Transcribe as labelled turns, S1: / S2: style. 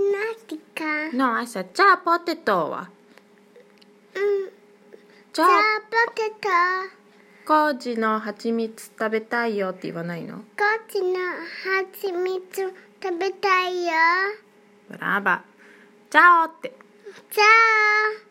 S1: ginnastica.
S2: No, I said じゃあポテトは
S1: Mm.
S2: じゃあ
S1: potato.
S2: コージの蜂蜜食べたいよって言わないの
S1: Kochi no hatsumitsu tabetai yo.
S2: ブラバじゃあって
S1: Ciao.